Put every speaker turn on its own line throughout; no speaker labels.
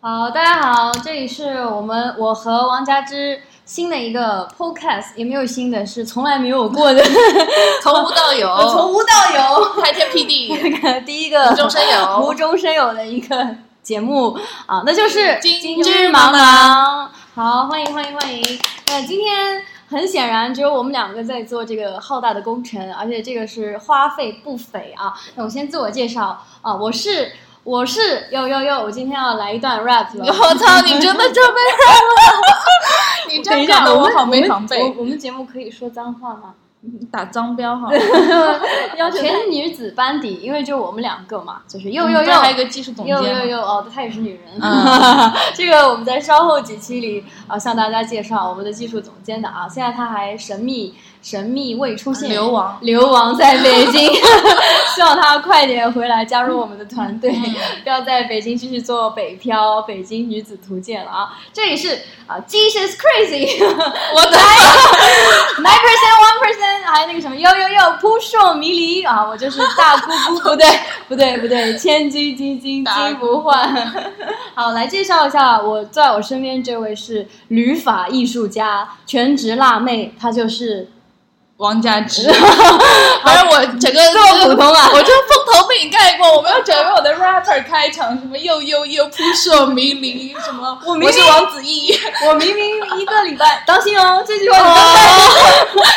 好，大家好，这里是我们我和王佳芝新的一个 podcast，也没有新的，是从来没有过的，
从无 到有，
从无到
开天辟地，
有，这个第一个
无中生有
无中生有的一个节目啊，那就是
金
枝
枝
茫
茫
茫。好，欢迎欢迎欢迎。那今天很显然只有我们两个在做这个浩大的工程，而且这个是花费不菲啊。那我先自我介绍啊，我是我是哟哟哟，我今天要来一段 rap 了。
我操， 你真的就被人了，你
等一
真
下，
搞得
我们
好没防
我
备，
我们节目可以说脏话 吗？
打脏标哈，
要求全女子班底，因为就我们两个嘛，就是又又
又
又
又还嗯有一个技术总监
又又
嘛，
又哦，她也是女人。
嗯
这个我们在稍后几期里啊、向大家介绍我们的技术总监的啊，现在他还神秘神秘未出现，
流亡
流亡在北京， 希望他快点回来加入我们的团队，
嗯
不要在北京继续做北漂《北京女子图鉴》了啊！这里是啊，Jesus Crazy。
我来，
nine percent one percent，还有那个什么，哟哟哟，扑朔迷离啊！我就是大姑姑，不对，不对，不对，千金金金金不换。好，来介绍一下，我在我身边这位是旅法艺术家，全职辣妹，她就是
王佳 芝，反正我 整个
这么普通啊
我这风头被你盖过，我没有准备我的 rapper 开场，什么又又又扑朔迷离，什么
我明明
我是王 子异，
我，明明一个礼拜，当心哦，这句话你哦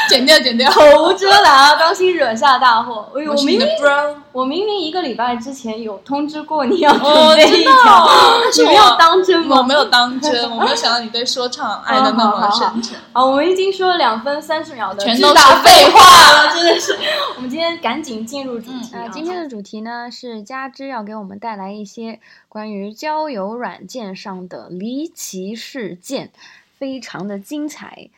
剪掉剪掉，
口无遮拦啊，当心惹下大祸。哎呦，我
是你
明
的
明
bro，
我明明一个礼拜之前有通知过你要准
哦
备一
真的
条，
哦但是
你没有
我
当真吗？
我没有当真，我没有想到你对说唱爱的那么深沉。
好，我们已经说了两分三十秒的
全
巨
都是
大
废
话了，真的是。我们今天赶紧进入主题
嗯
啊、
那今天的主题呢是加之要给我们带来一些关于交友软件上的离奇事件，非常的精彩。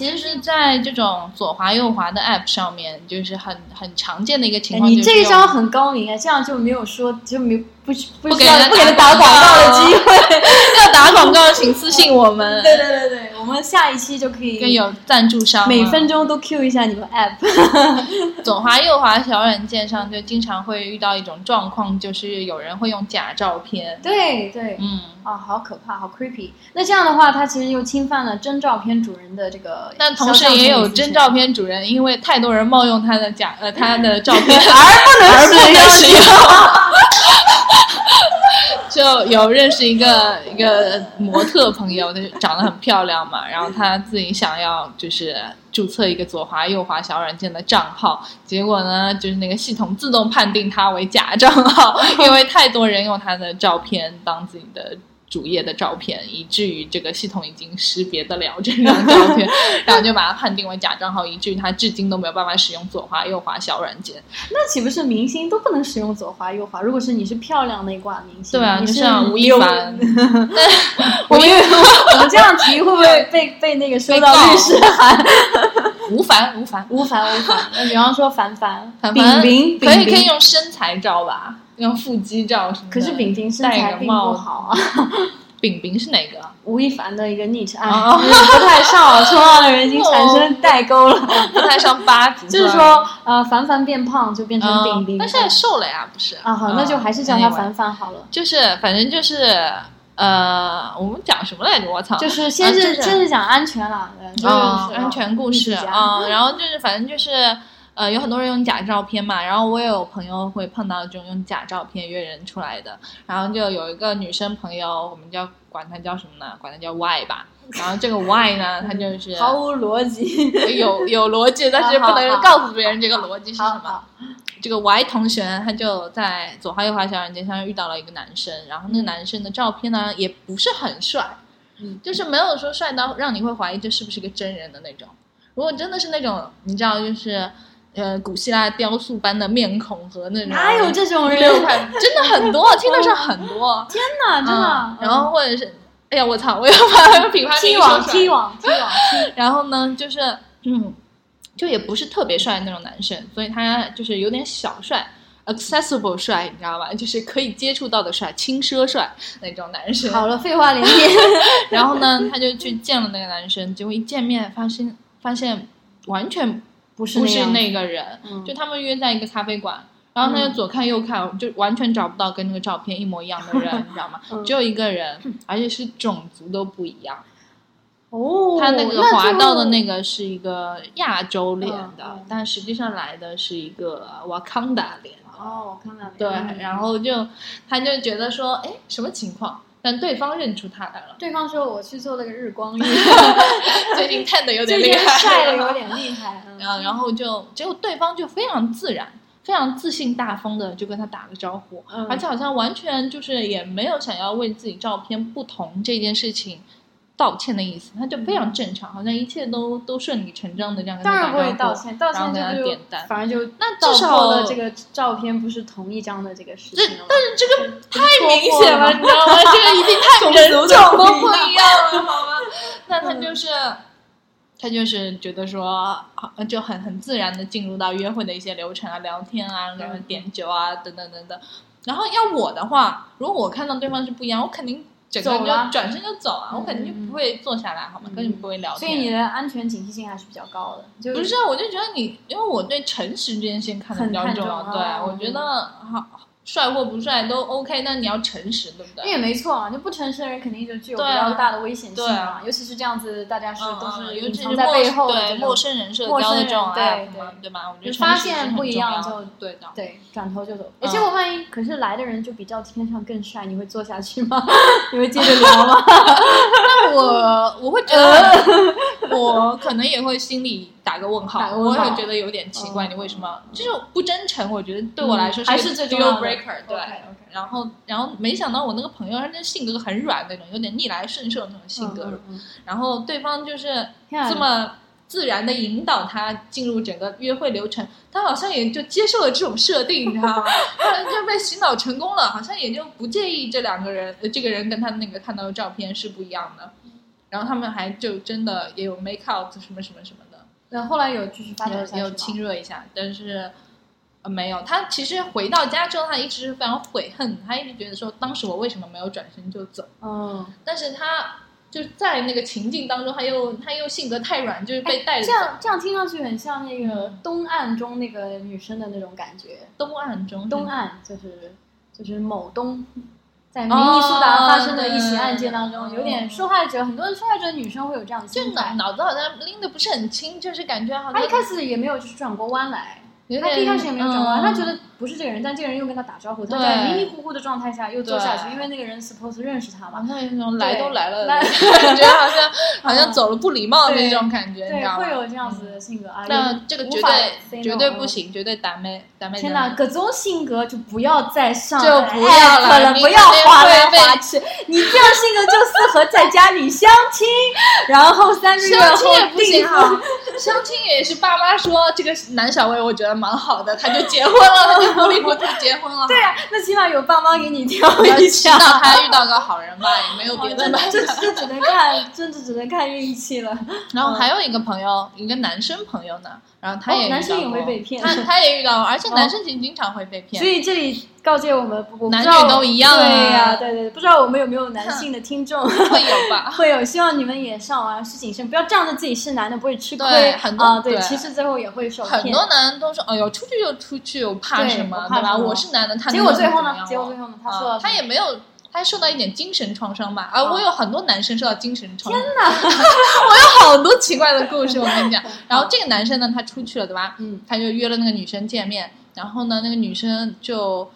其实是在这种左滑右滑的 App 上面，就是很很常见的一个情
哎
况。
你
就是
这一
种
招很高明啊，这样就没有说就没不不
不
需
给
要
人
不给他打
打
广告的机会。
要打广告，请私信我们，
对对对对，我们下一期就可
跟
以
有嗯赞助商啊。
每分钟都 Q 一下你们 app。
左滑右滑小软件上，就经常会遇到一种状况，就是有人会用假照片。
对对，
嗯，
啊、好可怕，好 creepy。那这样的话，他其实又侵犯了真照片主人的这个，
但同时也有真照，片主人，因为太多人冒用他的假呃他的照片
而不能使用。
就有认识一个一个模特朋友，就是长得很漂亮嘛，然后她自己想要就是注册一个左滑右滑小软件的账号，结果呢，就是那个系统自动判定她为假账号， 因为太多人用她的照片当自己的。主页的照片，以至于这个系统已经识别得了这张照片，然后就把它判定为假账号，以至于她至今都没有办法使用左滑右滑小软件。
那岂不是明星都不能使用左滑右滑？如果是你是漂亮那一挂明星，
对啊，
你
就是像吴亦
溜
凡，
我们我们这样提会不 会被被那个收到律师 函？
吴凡，吴凡，
吴凡吴凡，那比方说凡凡、
反
饼
正
饼，
可以
饼
可以
饼。
用身材照吧，用腹肌照什么的。
可是饼饼身材并不好啊，
饼饼是哪个？
吴亦凡的一个昵称，哎，
哦
就是不太上网冲浪的人已经产生代沟了。
不太上八级，
就是说，呃，凡凡变胖就变成饼
嗯
饼，，
但现在瘦了呀，不是？
啊，好，那就还是叫他
嗯
凡凡好了。
anyway，就是反正就是呃，我们讲什么来着？我操！
就是先
啊
是
就是
先是讲安全啦，就是
嗯，安全故事
艺术家
啊、嗯然后就是反正就是。呃，有很多人用假照片嘛，然后我也有朋友会碰到这种用假照片约人出来的，然后就有一个女生朋友，我们叫管她叫什么呢？管她叫 Y 吧。然后这个 Y 呢，她就是
毫无逻辑。
有有逻辑，但是不能告诉别人这个逻辑是什么。
好？
这个 Y 同学他就在左滑右滑小软件上遇到了一个男生，然后那个男生的照片呢也不是很帅，
嗯
就是没有说帅到让你会怀疑这是不是个真人的那种。如果真的是那种你知道就是呃古希腊雕塑般的面孔和那种
哪有这种人？
六块，真的很多，听得上很多，
天哪，真的
嗯。然后或者是哎呀我操，我要把 品牌
踢
名
网
说出来
踢。网踢网，
然后呢，就是嗯，就也不是特别帅的那种男生，所以他就是有点小帅，accessible 帅，你知道吧？就是可以接触到的帅，轻奢帅那种男生。
好了，废话连篇。
然后呢，他就去见了那个男生，结果一见面发现发现完全
不是
不是
那样
那个人，
嗯
就他们约在一个咖啡馆。然后他就左看右看，就完全找不到跟那个照片一模一样的人，你知道吗？
嗯
只有一个人，而且是种族都不一样。
哦，
他那个
就
滑道的那个是一个亚洲脸的，
嗯嗯
但实际上来的是一个瓦康达脸。
哦，我看到了，
对，
嗯，
然后就他就觉得说，哎，什么情况？但对方认出他来了
对方说我去做了个日光浴，
最近探的有点
最
厉
近
害，
晒的有点厉害，嗯
嗯，然后就结果对方就非常自然、非常自信大方的就跟他打了招呼，
嗯
而且好像完全就是也没有想要为自己照片不同这件事情道歉的意思，他就非常正常，好像一切都都顺理成章的这样
嗯
跟
当
他
然
打
不会
招
道
呼。
歉，道
然后
歉
给他
这不就
点单
反正就
那
道
至少
破了这个照片不是同一张的这个事情了吗。
但是这个
太
太明显了，你知道吗？这个一定太人种都不一样了，好吗？那他就是，他就是觉得说，啊就很很自然的进入到约会的一些流程啊、聊天啊、然后点酒啊等等等等。然后要我的话，如果我看到对方是不一样，我肯定整个人
走
就
了
转身就走啊，我肯定就不会坐下来，好吗？
嗯
根本不会聊
所
天。
以你的安全警惕性还是比较高的，就
不是啊，我就觉得你，因为我对诚实这件事情看得比较
很看
重
重
要，嗯
啊
对，我觉得好帅或不帅都 OK，但你要诚实，对不
那？
对
也没错啊，就不诚实的人肯定就具有比
对啊
较大的危险性
对啊
啊，尤其是这样子，大家是
嗯
都
嗯
是
尤
隐
其是
藏
陌
在背后的
对
这
陌
种，
生人社
陌
交的
生
这种
人
app
对
嘛，对吧？我觉得
就发
诚实是
现
很
不一
重
样
要
就
对的。
对，转头就走。嗯而且我哎万一可是来的人就比较偏向更帅，你会坐下去 吗？你会接着聊 吗？
但我我会觉得， 我可能也会心里打个问号
呃打，个
我
问号
也觉得有点奇怪，
嗯
你为什么就是不真诚？我觉得对我来
嗯
说
还
是
是最重
deal
要的
breaker，对。
OK，OK
然后，然后没想到我那个朋友，他的性格很软那种，有点逆来顺受那种性格。
嗯嗯嗯
然后对方就是
天啊
这么自然的引导他进入整个约会流程，他好像也就接受了这种设定，你知道吗？ 后来就被洗脑成功了，好像也就不介意这两个人，呃这个人跟他那个看到的照片是不一样的。然后他们还就真的也有 make out 什么什么什么的，
那后来有继续发展下去
有有
吗
亲热一下，但是。呃没有，他其实回到家之后，他一直是非常悔恨，他一直觉得说，当时我为什么没有转身就走？
嗯，
但是他就在那个情境当中，他又他又性格太软，就是被带
哎嗯这
着走
样这样听上去很像那个东岸中那个女生的那种感觉。
东岸中
东岸就是就是某东，在明尼苏达发生的一起案件当
哦
中，
对
有点受害者，很多受害者女生会有嗯这样的
就
心
脑
态。
脑子好像拎的不是很清，就是感觉好
她一
像
开始也没有就是转过弯来，
有点
她一开始也没有转过弯，
嗯
她觉得不是这个人，但这个人又跟她打招呼，
对
她在迷迷糊糊的状态下又坐下去，
对
因为那个人 suppose 认识她
好
嘛，
像有那种来都来了，
来
感觉好像好像走了不礼貌的那种感觉，你知
对，
道
会
吗？
有这样子的性格啊。有
那这个绝
无法 say
对
no 嗯
绝对不行，绝对打妹打妹
天
真
哪，
的。
各种性格就不要再上
就不要了
来哎了，
你
不要划来
会被
划去。你这样性格就适合在家里相亲，然后三个月
相亲
后
也不行
订
啊好
婚。
吗？ 相亲也是爸妈说这个男小魏，我觉得蛮好的，他就结婚了，他就糊里糊涂结婚了。
对啊，那起码有爸妈给你挑
要
一
祈祷
下。
他遇到个好人吧，也没有别
哦
的
真
吧
的。，这这只能看，真的只能看运气了。
然后还有一个朋友，一个男生朋友呢，然后他也遇
嗯
到过、
哦男生也会被骗 哦
他他也遇到过，而且男生其实经常会被骗。
所以这里告诫我们，我不
男
知道
女都一样啊
对呀、对对，不知道我们有没有男性的听 众
会有 吧？
会有，希望你们也上啊，是谨慎，不要仗着自己是男的不会吃亏
对很多
啊、对，
对
其实最后也会受骗。
很多男人都说：“哎呦，出去就出去，我怕
对
什么，
我怕
对吧？
什么
我是男的，他
结果
能
最后
怎么样
呢
我？
结果最后呢？他
啊
说了什么
他也没有，他受到一点精神创伤吧？啊，
啊
我有很多男生受到精神创伤，天哪， 我有好多奇怪的故事，我跟 你讲。然后这个男生呢，他出去了，对吧？
嗯，
他就约了那个女生见面，然后呢，那个女生就。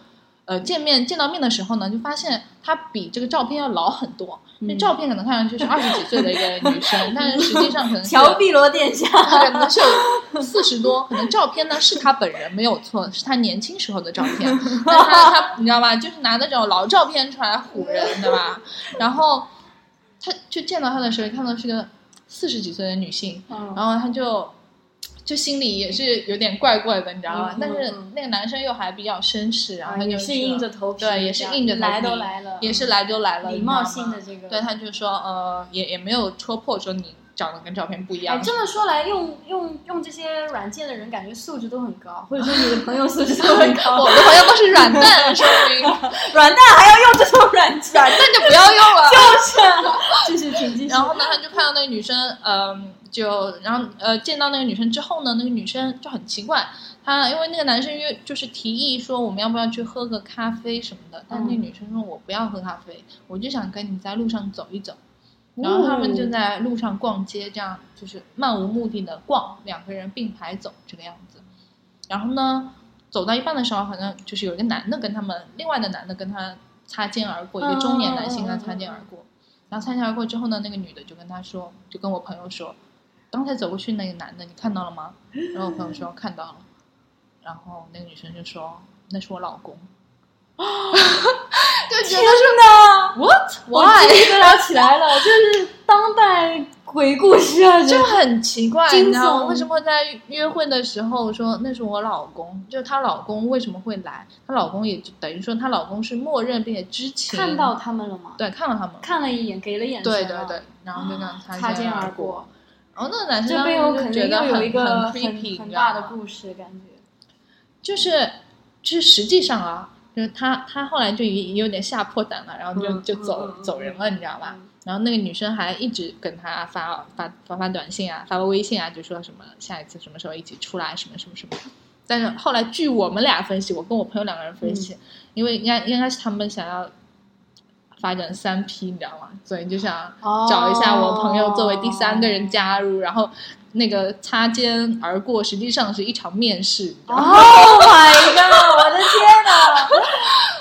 呃，见面见到面的时候呢，就发现她比这个照片要老很多。那、
嗯
照片可能看上去是二十几岁的一个女 生，但是实际上可能是
乔碧罗殿下，
可能是有四十多，可能照片呢是他本人没有错，是他年轻时候的照片，但他他你知道吧，就是拿那种老照片出来唬人，对吧？然后他就见到他的时候，看到是个四十几岁的女性，
嗯
然后他就就心里也是有点怪怪的，你知道吧？
嗯嗯
但是
嗯啊
那个男生又还比较绅士，然后他就
也是硬着头皮，
对也是硬着头皮
来都来了，嗯
也是来就来了，
礼
你知道
貌
吗
性的这个。
对，他就说呃也也没有戳破说你长得跟照片不一
哎，
样，
这么说来，用用用这些软件的人，感觉素质都很高，或者说你的朋友素质都很高
我。的朋友都是软蛋，说明 软
软蛋还要用这种软件，
蛋就不要用了。
就是啊，继续请继续
然。后呢，他就看到那个女生，嗯、就然后呃见到那个女生之后呢，那个女生就很奇怪，他因为那个男生约就是提议说我们要不要去喝个咖啡什么的，但那
嗯
女生说我不要喝咖啡，我就想跟你在路上走一走。然后他们就在路上逛街，这样就是漫无目的的逛，两个人并排走这个样子。然后呢，走到一半的时候，好像就是有一个男的跟他们，另外的男的跟他擦肩而过，一
嗯
个中年男性跟他擦肩而过。然后擦肩而过之后呢，那个女的就跟他说，就跟我朋友说，刚才走过去那个男的，你看到了吗？然后我朋 友说看到了。然后那个女生就说那是我老公， 就觉
天
得
哪！
what
我
why
鸡皮疙瘩起来了，就是当代鬼故事啊，
就
这
很奇怪，
惊
你知道
悚
吗为什么在约会的时候说那是我老公？就她老公为什么会来？她老公也就等于说她老公是默认并且知情
看到他们了吗？
对看到他们，
看了一眼，给了眼神，
对对对，，然后就跟他
擦肩
肩
而
过。
过，
然后那个男
嗯这
生当
背后
时
肯
就
定
觉得
又有一个
creepy，
很
你知
大的
道吗？
故事，感觉。
就是就是实际上啊，就是他他后来就已经有点吓破胆了，然后就、
嗯
就
嗯
走、
嗯
走人了，你知道吧？
嗯
然后那个女生还一直跟他发发发发短信啊，发微信啊，就说什么下一次什么时候一起出来，什么什么什么。但是后来据我们俩分析，我跟我朋友两个人分
嗯
析，因为应该应该是他们想要发展三 P，你知道吗？所以就想找一下我朋友作为第三个
哦
人加入，然后那个擦肩而过，实际上是一场面试，你知道吗？
Oh my god！我的天哪，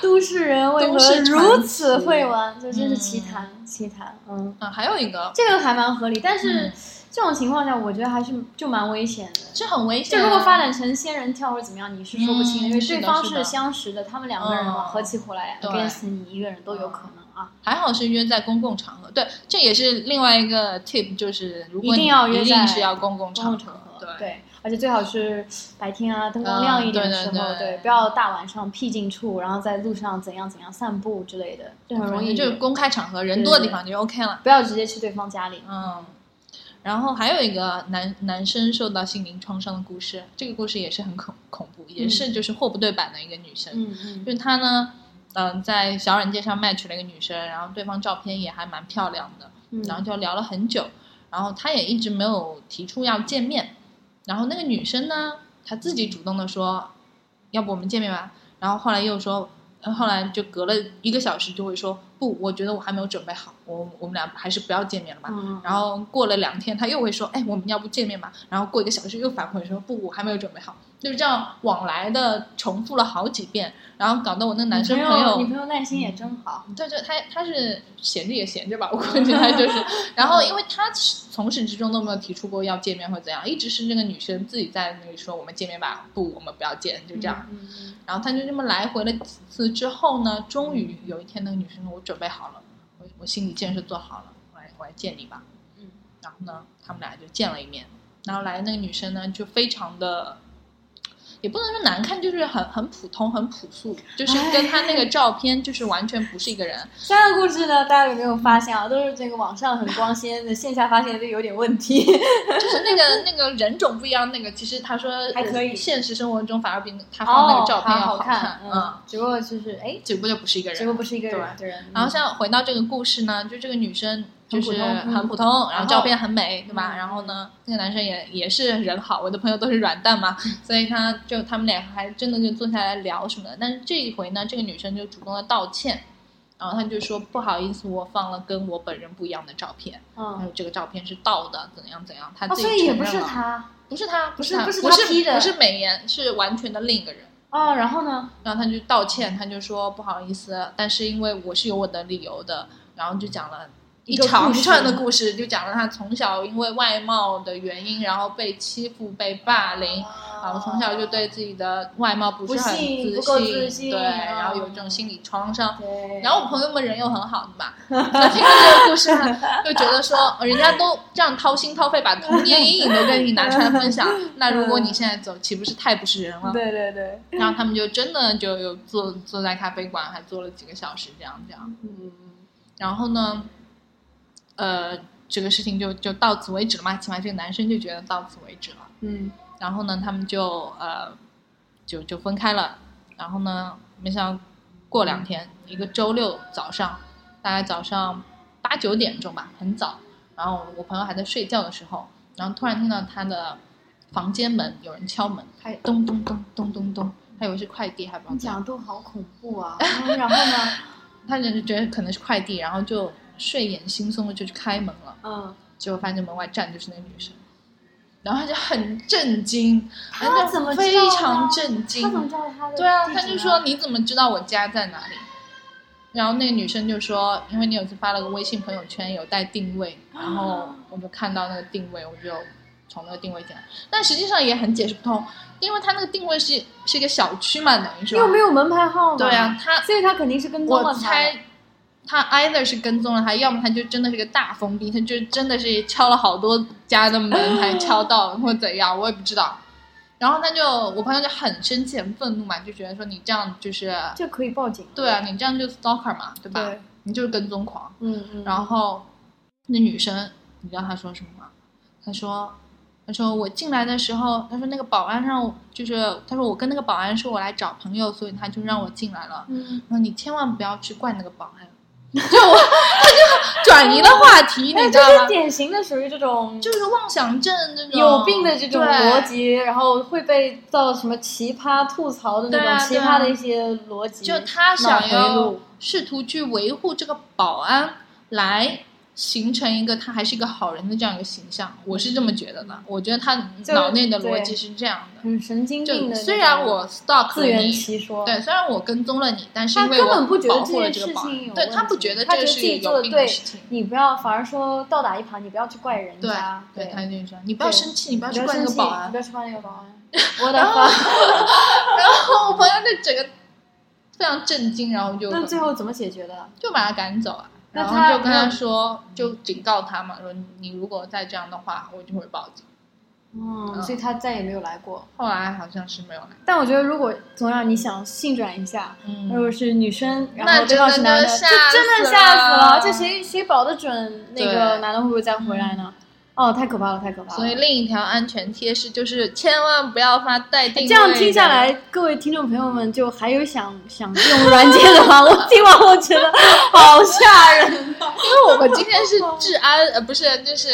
都市人为
都
何
市传奇
如此会玩？这真是奇谈，奇谈。嗯，
啊，还有一个，
这个还蛮合理，但是
嗯
这种情况下，我觉得还是就蛮危险的。
这很危险
就
啊。
如果发展成仙人跳或者怎么样，你是说不清的，
嗯
因为
是的
对方
是
是
的
相识的，他们两个人嘛，
嗯
合起伙来
对
against 你一个人都有可能啊。
还好是约在公共场合，对，这也是另外一个 tip，就是如果
一
你
定要约
一
在
定是要公共
公
场
共场合，
对，
对，而且最好是白天啊，灯光亮一点的时
嗯对
候，
对对
对，不要大晚上僻静处，然后在路上怎样怎样散步之类的，就很容易
反正就是公开场合人多的地方就 OK 了，
不要直接去对方家里。
嗯。然后还有一个男男生受到心灵创伤的故事，这个故事也是很恐恐怖，也是就是货不对版的一个女生，
嗯嗯
就是她呢，嗯、在小软件上 match 了一个女生，然后对方照片也还蛮漂亮的，
嗯，
然后就聊了很久，然后他也一直没有提出要见面，然后那个女生呢，她自己主动的说，要不我们见面吧，然后后来又说，呃后来就隔了一个小时就会说，不，我觉得我还没有准备好，我我们俩还是不要见面了吧。
嗯，
然后过了两天，他又会说：“哎，我们要不见面吧？”然后过一个小时又反悔说：“不，我还没有准备好。”就是这样往来的重复了好几遍，然后搞得我那男生
你
朋友
你朋友耐心也真好。
对，就他他是闲着也闲着吧，我估计他就是。然后，因为他从始至终都没有提出过要见面或怎样，一直是这个女生自己在那里说我们见面吧，不，我们不要见，就这样。
嗯，嗯
然后他就这么来回了几次之后呢，终于有一天那个女生说我准备好了，我我心理建设做好了，我来我来见你吧。
嗯
然后呢，他们俩就见了一面。然后来那个女生呢，就非常的，也不能说难看，就是很很普通、很朴素，就是跟她那个照片就是完全不是一个人。
三个故事呢，大家有没有发现啊？都是这个网上很光鲜的，线下发现就有点问题。
就是那个那个人种不一样，那个其实他说呃
还可以
现实生活中反而比他放那
哦，
个照片要
好
看，
嗯，，只不过就是哎，
只不过就不是一个
只不过
人。
不是一个人，对，
然后像回到这个故事呢，就这个女生就是
很普通嗯
很普通，然后照片很美，对吧？
嗯
然后呢，那个男生也也是人好，我的朋友都是软蛋嘛，
嗯
所以他就他们俩还真的就坐下来聊什么的。但是这一回呢，这个女生就主动的道歉，然后她就说不好意思，我放了跟我本人不一样的照片，还
嗯，
有这个照片是盗的，怎样怎样，她
哦，
自己
所
承
以
认
也不
了。
是他
不是他，不
是
他，
不是
不
他
是
批的
不是美颜，是完全的另一个人。
哦，然后呢？
然后他就道歉，他就说不好意思，但是因为我是有我的理由的，然后就讲了。
一
一
个
长
故事
串的故事就讲了他从小因为外貌的原因，然后被欺负、被霸凌，然
啊
后从小就对自己的外貌不是很
不信
自
不够自信
对，
嗯
然后有这种心理创伤，
哦对，
然后我朋友们人又很好的嘛， 那听了这个故事呢，就觉得说呃人家都这样掏心掏肺把童年阴影都跟你拿出来分享，那如果你现在走，岂不是太不是人了？
嗯对对对，
然后他们就真的就有坐坐在咖啡馆，还坐了几个小时这样这样。
嗯，
然后呢，呃，这个事情就就到此为止了嘛，起码这个男生就觉得到此为止了。
嗯，
然后呢，他们就呃，就就分开了。然后呢，没想到过两天，一个周六早上，大概早上八九点钟吧，很早。然后我朋友还在睡觉的时候，然后突然听到他的房间门有人敲门，
还
咚咚咚咚咚咚，他以为是快递，还不知道
你
怎样
讲都好恐怖 啊！嗯然后呢？
他就觉得可能是快递，然后就睡眼惺忪的就去开门了，
嗯，
结果发现门外站的就是那个女生，然后他就很震惊，
他
然后就
怎么知道
非常
呢
震
他怎么
惊？
知道他的？
对啊，他就说，你怎么知道我家在哪里？然后那个女生就说，因为你有一次发了个微信朋友圈有带定位，然后
啊
我就看到那个定位，我就从那个定位进来，但实际上也很解释不通，因为他那个定位是是一个小区嘛，等于说
又没有门牌号码，
对啊，，他
所以他肯定是跟踪了
我
他。
猜他 either 是跟踪了他，要么他就真的是个大疯逼，他就真的是敲了好多家的门才敲到，或怎样，我也不知道。然后他就我朋友就很生气、很愤怒嘛，就觉得说你这样就是
这可以报警。
对啊，你这样就 stalker 嘛，对吧？
对，
你就是跟踪狂。
嗯嗯。
然后那女生，你知道她说什么吗？她说，她说我进来的时候，她说那个保安让我，就是她说我跟那个保安说我来找朋友，所以他就让我进来了。
嗯，
然后你千万不要去怪那个保安， 就我他就转移了话题，你
那
知
哎这
道
嗯是
吗？
典型的属于这种
就是妄想症这种
有病的这种
对
逻辑，然后会被到什么奇葩吐槽的那
对啊
种奇葩的一些逻辑。
就他想
脑回
要
路
试图去维护这个保安，来形成一个他还是一个好人的这样一个形象，我是这么觉得的。我觉得他
就是
脑内的
对
逻辑是这样的，
很神经病
就
的。
虽然我 stalk
自
了
圆
你。
其说，
对，虽然我跟踪了你，但是
他
因为
根本
我
不觉得
保
这
护了
件
这个
事
保
情有
安，对他
问
不
题
觉得
他
这
觉得
是
自己做
有
得
病
对
的事情。
你不要，反而说倒打一耙，你不要去怪人家。
对，
对，
他就是这样，你不要
对
生气，你不要
不
去
要
怪
生
那个
气，
保
你
安
不。要去怪那个保安。我的妈！
然后我朋友就整个非常震惊，然后就
那最后怎么解决的？嗯
就把他赶走了。
那
然
他
后就跟他说，就警告他嘛，说你如果再这样的话，我就会报警。
嗯，
嗯
所以他再也没有来过。
后来好像是没有来，
但我觉得，如果总让你想性转一下，如
嗯，
果是女生，然
那
后对方是
真的
男的，这
就吓死
真的吓死了
了。
这谁谁保得准那个
对
男的会不会再回来呢？哦，太可怕了，太可怕了。
所以另一条安全贴士就是千万不要发待定位。
这样听下，来，各位听众朋友们，就还有想想用软件的吗？我听完我觉得好吓人，
因 为我们今天是治安，呃，不是，就是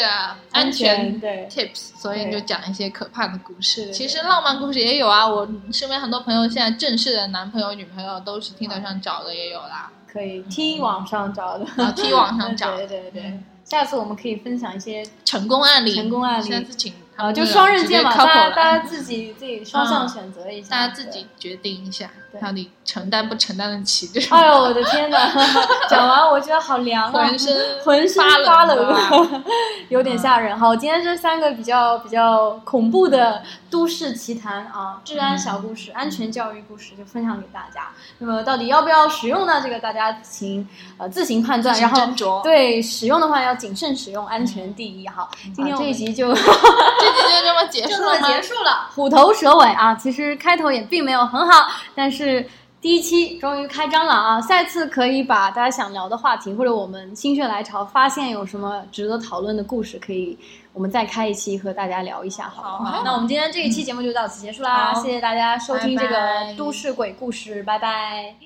安全
对。
tips，所以
对
就讲一些可怕的故
对
事。
对
其
对
实浪漫故事也有啊，我身边很多朋友现在正式的男朋友、女朋友都是听得上找的也有啦，
可以 T 网上找的，
然后 T 网上找
对对对，下次我们可以分享一些
成功案例，
成功案
下
例，
次请他
啊，
们
就双刃剑嘛，
直接
大
couple
家
来
大家自己自己双向选择一下，
大家自己决定一下
对，
到底承担不承担得起这
对。哎
种
呦，我的天哪！讲完我觉得好凉啊
浑， 身
浑身发
发冷 的啊。
冷，有点吓人。好，今天这三个比较比较恐怖的都市奇谈啊，治安小故事、安全教育故事就分享给大家。那么到底要不要使用呢？这个大家请呃自行判断，
自行
然后
斟酌
对使用的话要谨慎使用，安全第一哈。今天
好
这一
这一
集就
这集就这么结
就
束
这
了
么
吗？
结束了，虎头蛇尾啊。其实开头也并没有很好，但是第一期终于开张了啊！下次可以把大家想聊的话题，或者我们心血来潮发现有什么值得讨论的故事，可以我们再开一期和大家聊一下好了。
好啊
那我们今天这一期节目就到此结束啦，
好
谢谢大家收听这
拜
个
拜
都市鬼故事，拜拜